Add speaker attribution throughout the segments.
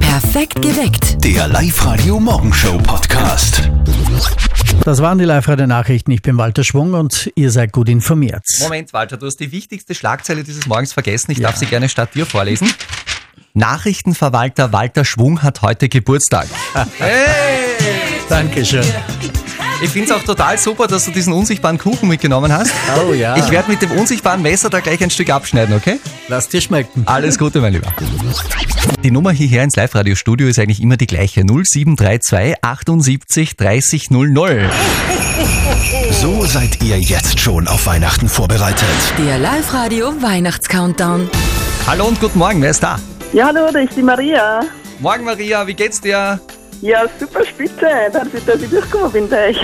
Speaker 1: Perfekt geweckt.
Speaker 2: Der Live-Radio Morgenshow Podcast.
Speaker 3: Das waren die Live-Radio-Nachrichten. Ich bin Walter Schwung und ihr seid gut informiert.
Speaker 4: Moment, Walter, du hast die wichtigste Schlagzeile dieses Morgens vergessen. Ich darf sie gerne statt dir vorlesen. Nachrichtenverwalter Walter Schwung hat heute Geburtstag.
Speaker 3: Dankeschön.
Speaker 4: Ich finde es auch total super, dass du diesen unsichtbaren Kuchen mitgenommen hast.
Speaker 5: Ah.
Speaker 3: Oh ja.
Speaker 4: Ich werde mit dem unsichtbaren Messer da gleich ein Stück abschneiden, okay?
Speaker 3: Lass dir schmecken.
Speaker 5: Ah,
Speaker 4: Alles Gute, mein Lieber. Die Nummer hierher ins Live-Radio-Studio ist eigentlich immer die gleiche. 0732 78 30 00.
Speaker 2: So seid ihr jetzt schon auf Weihnachten vorbereitet.
Speaker 1: Der Live-Radio Weihnachtscountdown.
Speaker 4: Hallo und guten Morgen, wer ist da?
Speaker 6: Ja, hallo, da ist die Maria.
Speaker 4: Morgen, Maria, wie geht's dir?
Speaker 6: Ja, super spitze. Danke, dass ich durchgekommen bin bei euch.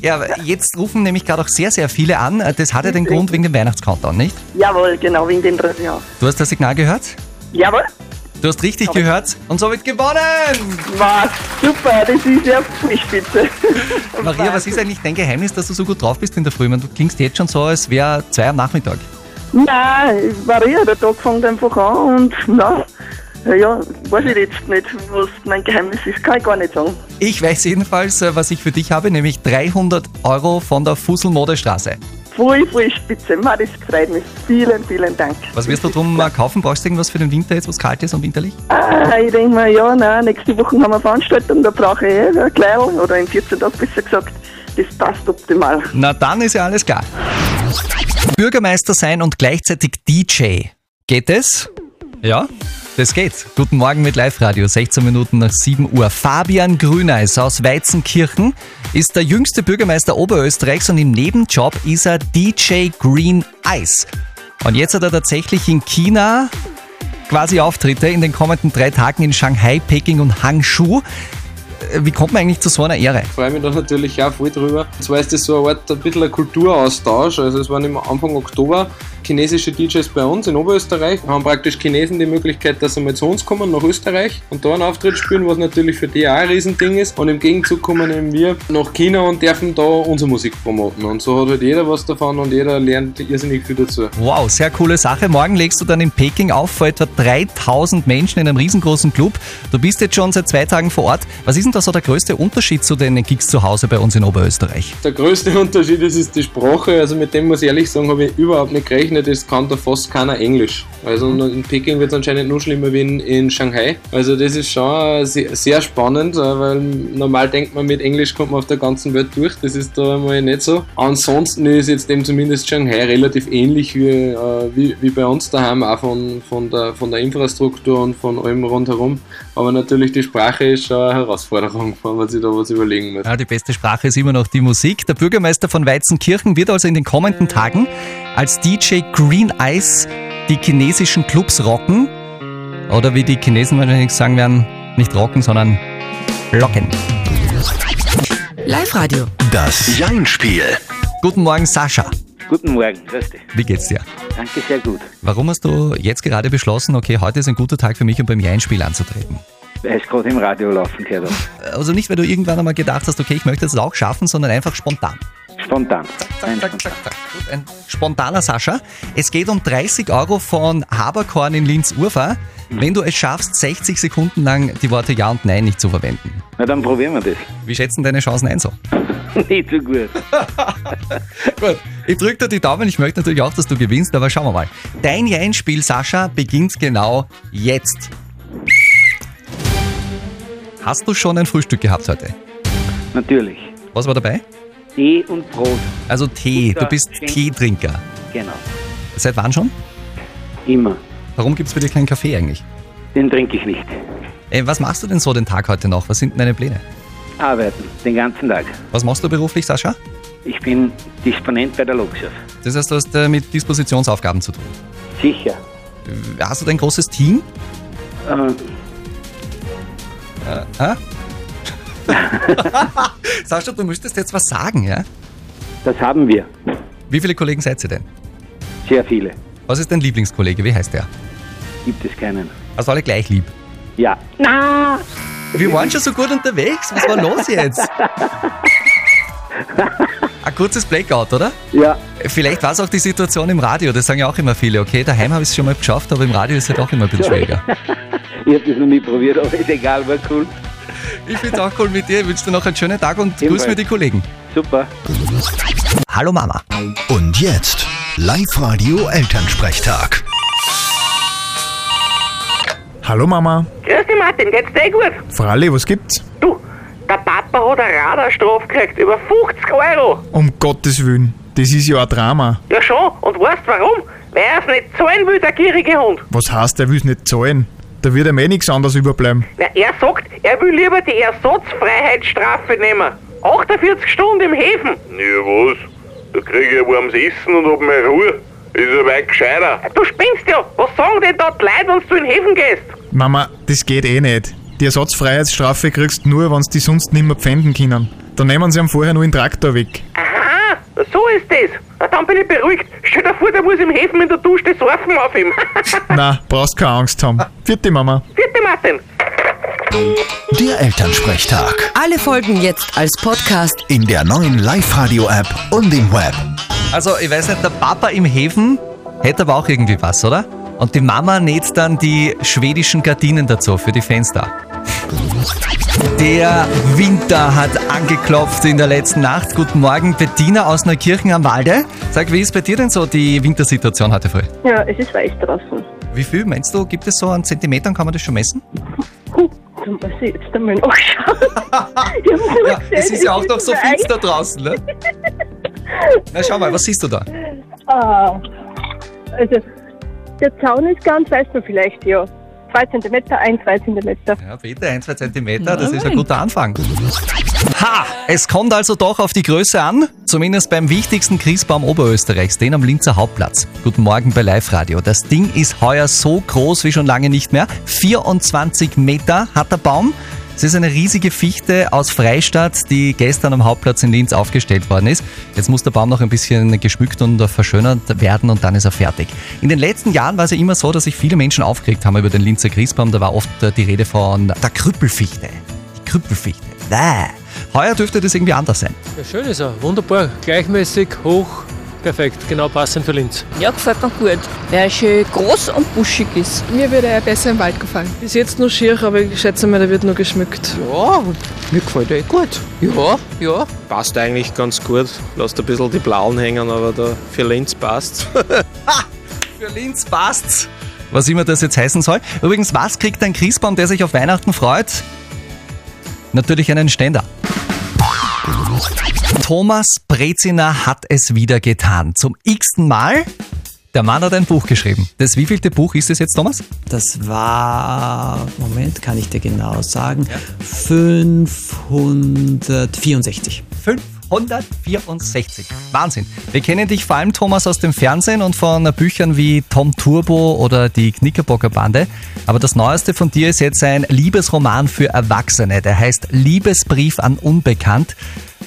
Speaker 4: Ja, jetzt rufen nämlich gerade auch sehr, sehr viele an. Das hatte den Grund wegen dem Weihnachtscountdown, nicht?
Speaker 6: Jawohl, genau, wegen dem drin, ja.
Speaker 4: Du hast das Signal gehört?
Speaker 6: Jawohl.
Speaker 4: Du hast richtig gehört und somit gewonnen!
Speaker 6: Was? Super, das ist ja voll spitze.
Speaker 4: Maria, was ist eigentlich dein Geheimnis, dass du so gut drauf bist in der Früh? Ich meine, Du klingst jetzt schon so, als wäre zwei am Nachmittag.
Speaker 6: Nein, Maria, der Tag fängt einfach an und na, ja, weiß ich jetzt nicht, was mein Geheimnis ist, kann ich gar nicht sagen.
Speaker 4: Ich weiß jedenfalls, äh, was ich für dich habe, nämlich 300 Euro von der Fusselmodestraße.
Speaker 6: Voll, voll spitze. Ma, das freut mich. Vielen, vielen Dank.
Speaker 4: Was wirst du drum äh, kaufen? Brauchst du irgendwas für den Winter jetzt, was kalt ist und winterlich?
Speaker 6: Ah, ich denke mir, ja, nein, nächste Woche haben wir Veranstaltung, da brauche ich eh ein Kleidung oder in 14 Tagen besser gesagt. Das passt optimal.
Speaker 4: Na dann ist ja alles klar. Bürgermeister sein und gleichzeitig DJ. Geht es? Ja, das geht. Guten Morgen mit Live Radio, 16 Minuten nach 7 Uhr. Fabian Grüneis aus Weizenkirchen ist der jüngste Bürgermeister Oberösterreichs und im Nebenjob ist er DJ Green Ice. Und jetzt hat er tatsächlich in China quasi Auftritte in den kommenden drei Tagen in Shanghai, Peking und Hangzhou. Äh, Wie kommt man eigentlich zu so einer Ehre?
Speaker 7: freue mich da natürlich auch voll drüber. Und zwar ist das so eine Art, ein bisschen ein Kulturaustausch. Also es waren im Anfang Oktober chinesische DJs bei uns in Oberösterreich, haben praktisch Chinesen die Möglichkeit, dass sie mal zu uns kommen, nach Österreich und da einen Auftritt spielen, was natürlich für die auch ein Riesending ist. Und im Gegenzug kommen eben wir nach China und dürfen da unsere Musik promoten. Und so hat halt jeder was davon und jeder lernt irrsinnig viel dazu.
Speaker 4: Wow, sehr coole Sache. Morgen legst du dann in Peking auf vor etwa 3000 Menschen in einem riesengroßen Club. Du bist jetzt schon seit zwei Tagen vor Ort. Was ist denn da so der größte Unterschied zu den Gigs zu Hause bei uns in Oberösterreich?
Speaker 7: Der größte Unterschied ist, ist die Sprache. Also mit dem muss ich ehrlich sagen, habe ich überhaupt nicht gerechnet. Es kann da fast keiner Englisch. Also in Peking wird es anscheinend nur schlimmer wie in, in Shanghai. Also das ist schon äh, sehr, sehr spannend, äh, weil normal denkt man, mit Englisch kommt man auf der ganzen Welt durch. Das ist da mal nicht so. Ansonsten ist jetzt dem zumindest Shanghai relativ ähnlich wie, äh, wie, wie bei uns daheim, auch von, von, der, von der Infrastruktur und von allem rundherum. Aber natürlich die Sprache ist schon eine Herausforderung, wenn man sich da was überlegen muss.
Speaker 4: Ja, die beste Sprache ist immer noch die Musik. Der Bürgermeister von Weizenkirchen wird also in den kommenden Tagen als DJ Green Ice die chinesischen Clubs rocken. Oder wie die Chinesen wahrscheinlich sagen werden, nicht rocken, sondern locken.
Speaker 1: Live-Radio.
Speaker 2: Das Jein-Spiel.
Speaker 4: Guten Morgen, Sascha.
Speaker 8: Guten Morgen, grüß dich.
Speaker 4: Wie geht's dir?
Speaker 8: Danke, sehr gut.
Speaker 4: Warum hast du jetzt gerade beschlossen, okay, heute ist ein guter Tag für mich, um beim Jein-Spiel anzutreten?
Speaker 8: Weil ich gerade im Radio laufen gehört habe.
Speaker 4: Also nicht, weil du irgendwann einmal gedacht hast, okay, ich möchte das auch schaffen, sondern einfach spontan.
Speaker 8: Spontan. Nein,
Speaker 4: Zack, zack,
Speaker 8: spontan.
Speaker 4: zack, zack. Gut, ein spontaner Sascha. Es geht um 30 Euro von Haberkorn in Linz-Urfahr, wenn du es schaffst, 60 Sekunden lang die Worte Ja und Nein nicht zu verwenden.
Speaker 8: Na, dann probieren wir das.
Speaker 4: Wie schätzen deine Chancen ein so?
Speaker 8: Nicht so gut.
Speaker 4: Gut, ich drücke dir die Daumen. Ich möchte natürlich auch, dass du gewinnst, aber schauen wir mal. Dein Jein-Spiel, Sascha, beginnt genau jetzt. Hast du schon ein Frühstück gehabt heute?
Speaker 8: Natürlich.
Speaker 4: Was war dabei?
Speaker 8: Tee und Brot.
Speaker 4: Also Tee. Du
Speaker 8: Guter
Speaker 4: bist
Speaker 8: Geschenk.
Speaker 4: Teetrinker.
Speaker 8: Genau.
Speaker 4: Seit wann schon?
Speaker 8: Immer.
Speaker 4: Warum gibt's bei dir keinen Kaffee eigentlich?
Speaker 8: Den trinke ich nicht.
Speaker 4: Ey, was machst du denn so den Tag heute noch? Was sind denn deine Pläne?
Speaker 8: Arbeiten. Den ganzen Tag.
Speaker 4: Was machst du beruflich, Sascha?
Speaker 8: Ich bin Disponent bei der Luxus.
Speaker 4: Das heißt, du hast äh, mit Dispositionsaufgaben zu tun.
Speaker 8: Sicher.
Speaker 4: Hast du dein großes Team?
Speaker 8: Äh,
Speaker 4: Äh, Hä? Sascha, du müsstest jetzt was sagen, ja?
Speaker 8: das haben wir.
Speaker 4: Wie viele Kollegen seid ihr denn?
Speaker 8: Sehr viele.
Speaker 4: Was ist dein Lieblingskollege? Wie heißt der?
Speaker 8: Gibt es keinen.
Speaker 4: Hast du alle gleich lieb?
Speaker 8: Ja.
Speaker 4: Wir waren schon so gut unterwegs. Was war los jetzt? Ein kurzes Blackout, oder?
Speaker 8: Ja.
Speaker 4: Vielleicht war es auch die Situation im Radio. Das sagen ja auch immer viele, okay? Daheim habe ich es schon mal geschafft, aber im Radio ist es halt auch immer ein bisschen schwieriger.
Speaker 8: Ich habe das noch nie probiert, aber ist egal, war cool.
Speaker 4: Ich find's auch cool mit dir. Ich wünsche dir noch einen schönen Tag und
Speaker 8: Ebenfalls.
Speaker 4: grüß mir die Kollegen.
Speaker 8: Super.
Speaker 4: Hallo Mama.
Speaker 2: Und jetzt Live-Radio Elternsprechtag.
Speaker 9: Hallo Mama.
Speaker 6: Grüß dich, Martin, geht's dir gut?
Speaker 9: Fralli, was gibt's?
Speaker 6: Du, der Papa hat eine Radarstrafe gekriegt, über 50 Euro.
Speaker 9: Um Gottes Willen, das ist ja ein Drama.
Speaker 6: Ja schon, und weißt warum? Weil er es nicht zahlen will, der gierige Hund.
Speaker 9: Was heißt, er will's nicht zahlen? Da wird ihm eh nichts anderes überbleiben.
Speaker 6: Na, er sagt, er will lieber die Ersatzfreiheitsstrafe nehmen. 48 Stunden im Häfen.
Speaker 10: Ja, was? Da krieg ich ein warmes Essen und hab meine Ruhe. Ist ja weit gescheiter.
Speaker 6: Äh, Du spinnst ja. Was sagen denn dort Leute, wenn du in den Häfen gehst?
Speaker 9: Mama, das geht eh nicht. Die Ersatzfreiheitsstrafe kriegst du nur, wenn's die sonst nimmer pfänden können. Dann nehmen sie ihm vorher nur den Traktor weg.
Speaker 6: Aha, Ah, so ist das. Na, dann bin ich beruhigt. Stell dir vor, der muss im Häfen in der Dusche das Surfen auf ihm.
Speaker 9: Na, brauchst keine Angst haben. Vierte Mama.
Speaker 6: Vierte Martin.
Speaker 2: Der Elternsprechtag.
Speaker 1: Alle Folgen jetzt als Podcast.
Speaker 2: In der neuen Live-Radio-App und im Web.
Speaker 4: Also, ich weiß nicht, der Papa im Häfen hätte aber auch irgendwie was, oder? Und die Mama näht dann die schwedischen Gardinen dazu für die Fenster. Der Winter hat angeklopft in der letzten Nacht. Guten Morgen, Bettina aus Neukirchen am Walde. Sag, wie ist bei dir denn so die Wintersituation heute früh?
Speaker 11: Ja, es ist weich draußen.
Speaker 4: Wie viel meinst du, gibt es so an Zentimetern? Kann man das schon messen?
Speaker 11: Huh, da muss ich Also, jetzt einmal nachschauen. ich hab's nicht gesehen. Ich bin
Speaker 4: draußen, ne? Na, schau mal, was siehst du da?
Speaker 11: weich. Ah, also, der Zaun ist ganz, weißt du vielleicht, ja. Zwei Zentimeter, ein, zwei Zentimeter.
Speaker 4: Ja, bitte, ein, zwei Zentimeter, das ist ein guter Anfang. Ha! Es kommt also doch auf die Größe an, zumindest beim wichtigsten Christbaum Oberösterreichs, den am Linzer Hauptplatz. Guten Morgen bei Live Radio. Das Ding ist heuer so groß wie schon lange nicht mehr. 24 Meter hat der Baum. Es ist eine riesige Fichte aus Freistadt, die gestern am Hauptplatz in Linz aufgestellt worden ist. Jetzt muss der Baum noch ein bisschen geschmückt und verschönert werden und dann ist er fertig. In den letzten Jahren war es ja immer so, dass sich viele Menschen aufgeregt haben über den Linzer Christbaum. Da war oft äh, die Rede von der Krüppelfichte. Die Krüppelfichte. Bäh. Heuer dürfte das irgendwie anders sein.
Speaker 5: Ja, schön ist er, wunderbar, gleichmäßig, hoch, perfekt, genau passend für Linz.
Speaker 12: Ja, gefällt mir gut, weil er schön groß und buschig ist. Mir würde er besser im Wald gefallen. Bis jetzt nur schier, aber ich schätze mal, der wird nur geschmückt. Ja, mir gefällt er gut. Ja, ja.
Speaker 5: Passt eigentlich ganz gut, lasst ein bisschen die Blauen hängen, aber da für Linz passt
Speaker 4: Für Linz passt's. Was immer das jetzt heißen soll. Übrigens, was kriegt ein Christbaum, der sich auf Weihnachten freut? Natürlich einen Ständer. Thomas Breziner hat es wieder getan. Zum x-ten Mal. Der Mann hat ein Buch geschrieben. Das wievielte Buch ist es jetzt, Thomas?
Speaker 5: Das war, Moment, kann ich dir genau sagen, 564.
Speaker 4: 564. Wahnsinn. Wir kennen dich vor allem, Thomas, aus dem Fernsehen und von Büchern wie Tom Turbo oder die Knickerbocker Bande. Aber das Neueste von dir ist jetzt ein Liebesroman für Erwachsene. Der heißt Liebesbrief an Unbekannt.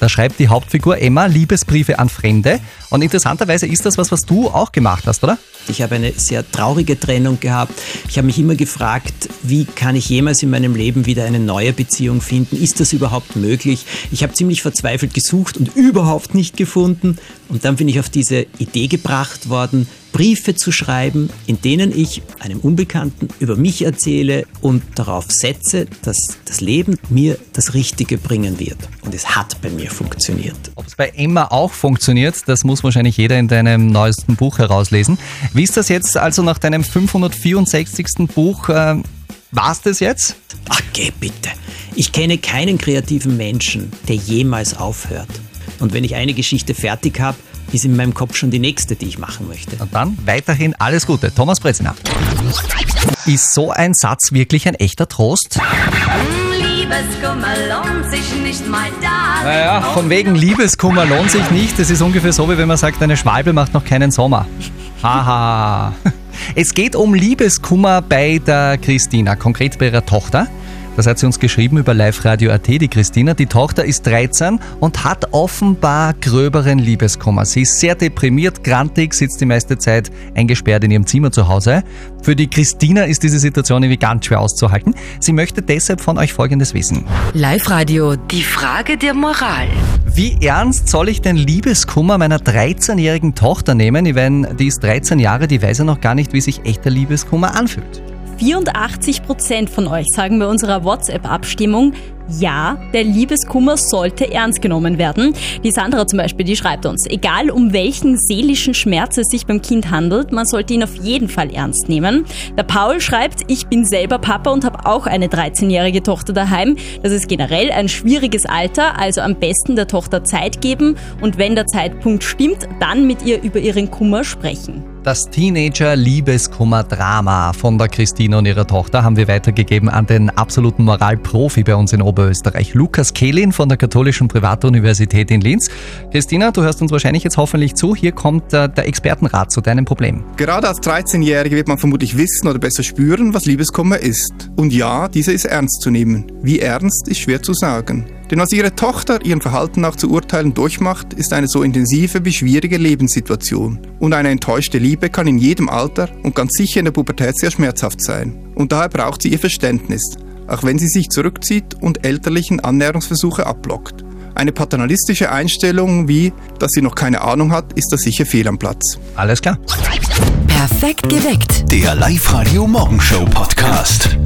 Speaker 4: Da schreibt die Hauptfigur Emma Liebesbriefe an Fremde. Und interessanterweise ist das was, was du auch gemacht hast, oder?
Speaker 5: Ich habe eine sehr traurige Trennung gehabt. Ich habe mich immer gefragt, wie kann ich jemals in meinem Leben wieder eine neue Beziehung finden? Ist das überhaupt möglich? Ich habe ziemlich verzweifelt gesucht und überhaupt nicht gefunden. Und dann bin ich auf diese Idee gebracht worden, Briefe zu schreiben, in denen ich einem Unbekannten über mich erzähle und darauf setze, dass das Leben mir das Richtige bringen wird. Und es hat bei mir funktioniert.
Speaker 4: Ob es bei Emma auch funktioniert, das muss wahrscheinlich jeder in deinem neuesten Buch herauslesen. Wie ist das jetzt also nach deinem 564. Buch? Äh, war's das jetzt?
Speaker 5: Ach, geh bitte. Ich kenne keinen kreativen Menschen, der jemals aufhört. Und wenn ich eine Geschichte fertig habe, ist in meinem Kopf schon die nächste, die ich machen möchte.
Speaker 4: Und dann weiterhin alles Gute. Thomas Brezina. Ist so ein Satz wirklich ein echter Trost?
Speaker 12: Liebeskummer lohnt sich nicht mal da.
Speaker 4: Naja, von wegen Liebeskummer lohnt sich nicht. Das ist ungefähr so, wie wenn man sagt, eine Schwalbe macht noch keinen Sommer. Haha. Es geht um Liebeskummer bei der Christina, konkret bei ihrer Tochter. Das hat sie uns geschrieben über liveradio.at, die Christina. Die Tochter ist 13 und hat offenbar gröberen Liebeskummer. Sie ist sehr deprimiert, grantig, sitzt die meiste Zeit eingesperrt in ihrem Zimmer zu Hause. Für die Christina ist diese Situation irgendwie ganz schwer auszuhalten. Sie möchte deshalb von euch Folgendes wissen.
Speaker 1: Live-Radio, die Frage der Moral.
Speaker 4: Wie ernst soll ich den Liebeskummer meiner 13-jährigen Tochter nehmen? Ich meine, die ist 13 Jahre, die weiß ja noch gar nicht, wie sich echter Liebeskummer anfühlt.
Speaker 13: 84% von euch sagen bei unserer WhatsApp-Abstimmung, ja, der Liebeskummer sollte ernst genommen werden. Die Sandra zum Beispiel, die schreibt uns, egal um welchen seelischen Schmerz es sich beim Kind handelt, man sollte ihn auf jeden Fall ernst nehmen. Der Paul schreibt, ich bin selber Papa und habe auch eine 13-jährige Tochter daheim. Das ist generell ein schwieriges Alter, also am besten der Tochter Zeit geben und wenn der Zeitpunkt stimmt, dann mit ihr über ihren Kummer sprechen.
Speaker 4: Das Teenager-Liebeskummer-Drama von der Christine und ihrer Tochter haben wir weitergegeben an den absoluten Moralprofi bei uns in Oberösterreich, Lukas Kehlin von der Katholischen Privatuniversität in Linz. Christina, du hörst uns wahrscheinlich jetzt hoffentlich zu. Hier kommt äh, der Expertenrat zu deinem Problem.
Speaker 14: Gerade als 13-Jährige wird man vermutlich wissen oder besser spüren, was Liebeskummer ist. Und ja, dieser ist ernst zu nehmen. Wie ernst ist schwer zu sagen. Denn was ihre Tochter ihrem Verhalten nach zu urteilen durchmacht, ist eine so intensive wie schwierige Lebenssituation. Und eine enttäuschte Liebe kann in jedem Alter und ganz sicher in der Pubertät sehr schmerzhaft sein. Und daher braucht sie ihr Verständnis, auch wenn sie sich zurückzieht und elterlichen Annäherungsversuche abblockt. Eine paternalistische Einstellung wie, dass sie noch keine Ahnung hat, ist da sicher fehl am Platz.
Speaker 4: Alles klar.
Speaker 1: Perfekt geweckt.
Speaker 2: Der Live-Radio Morgenshow Podcast.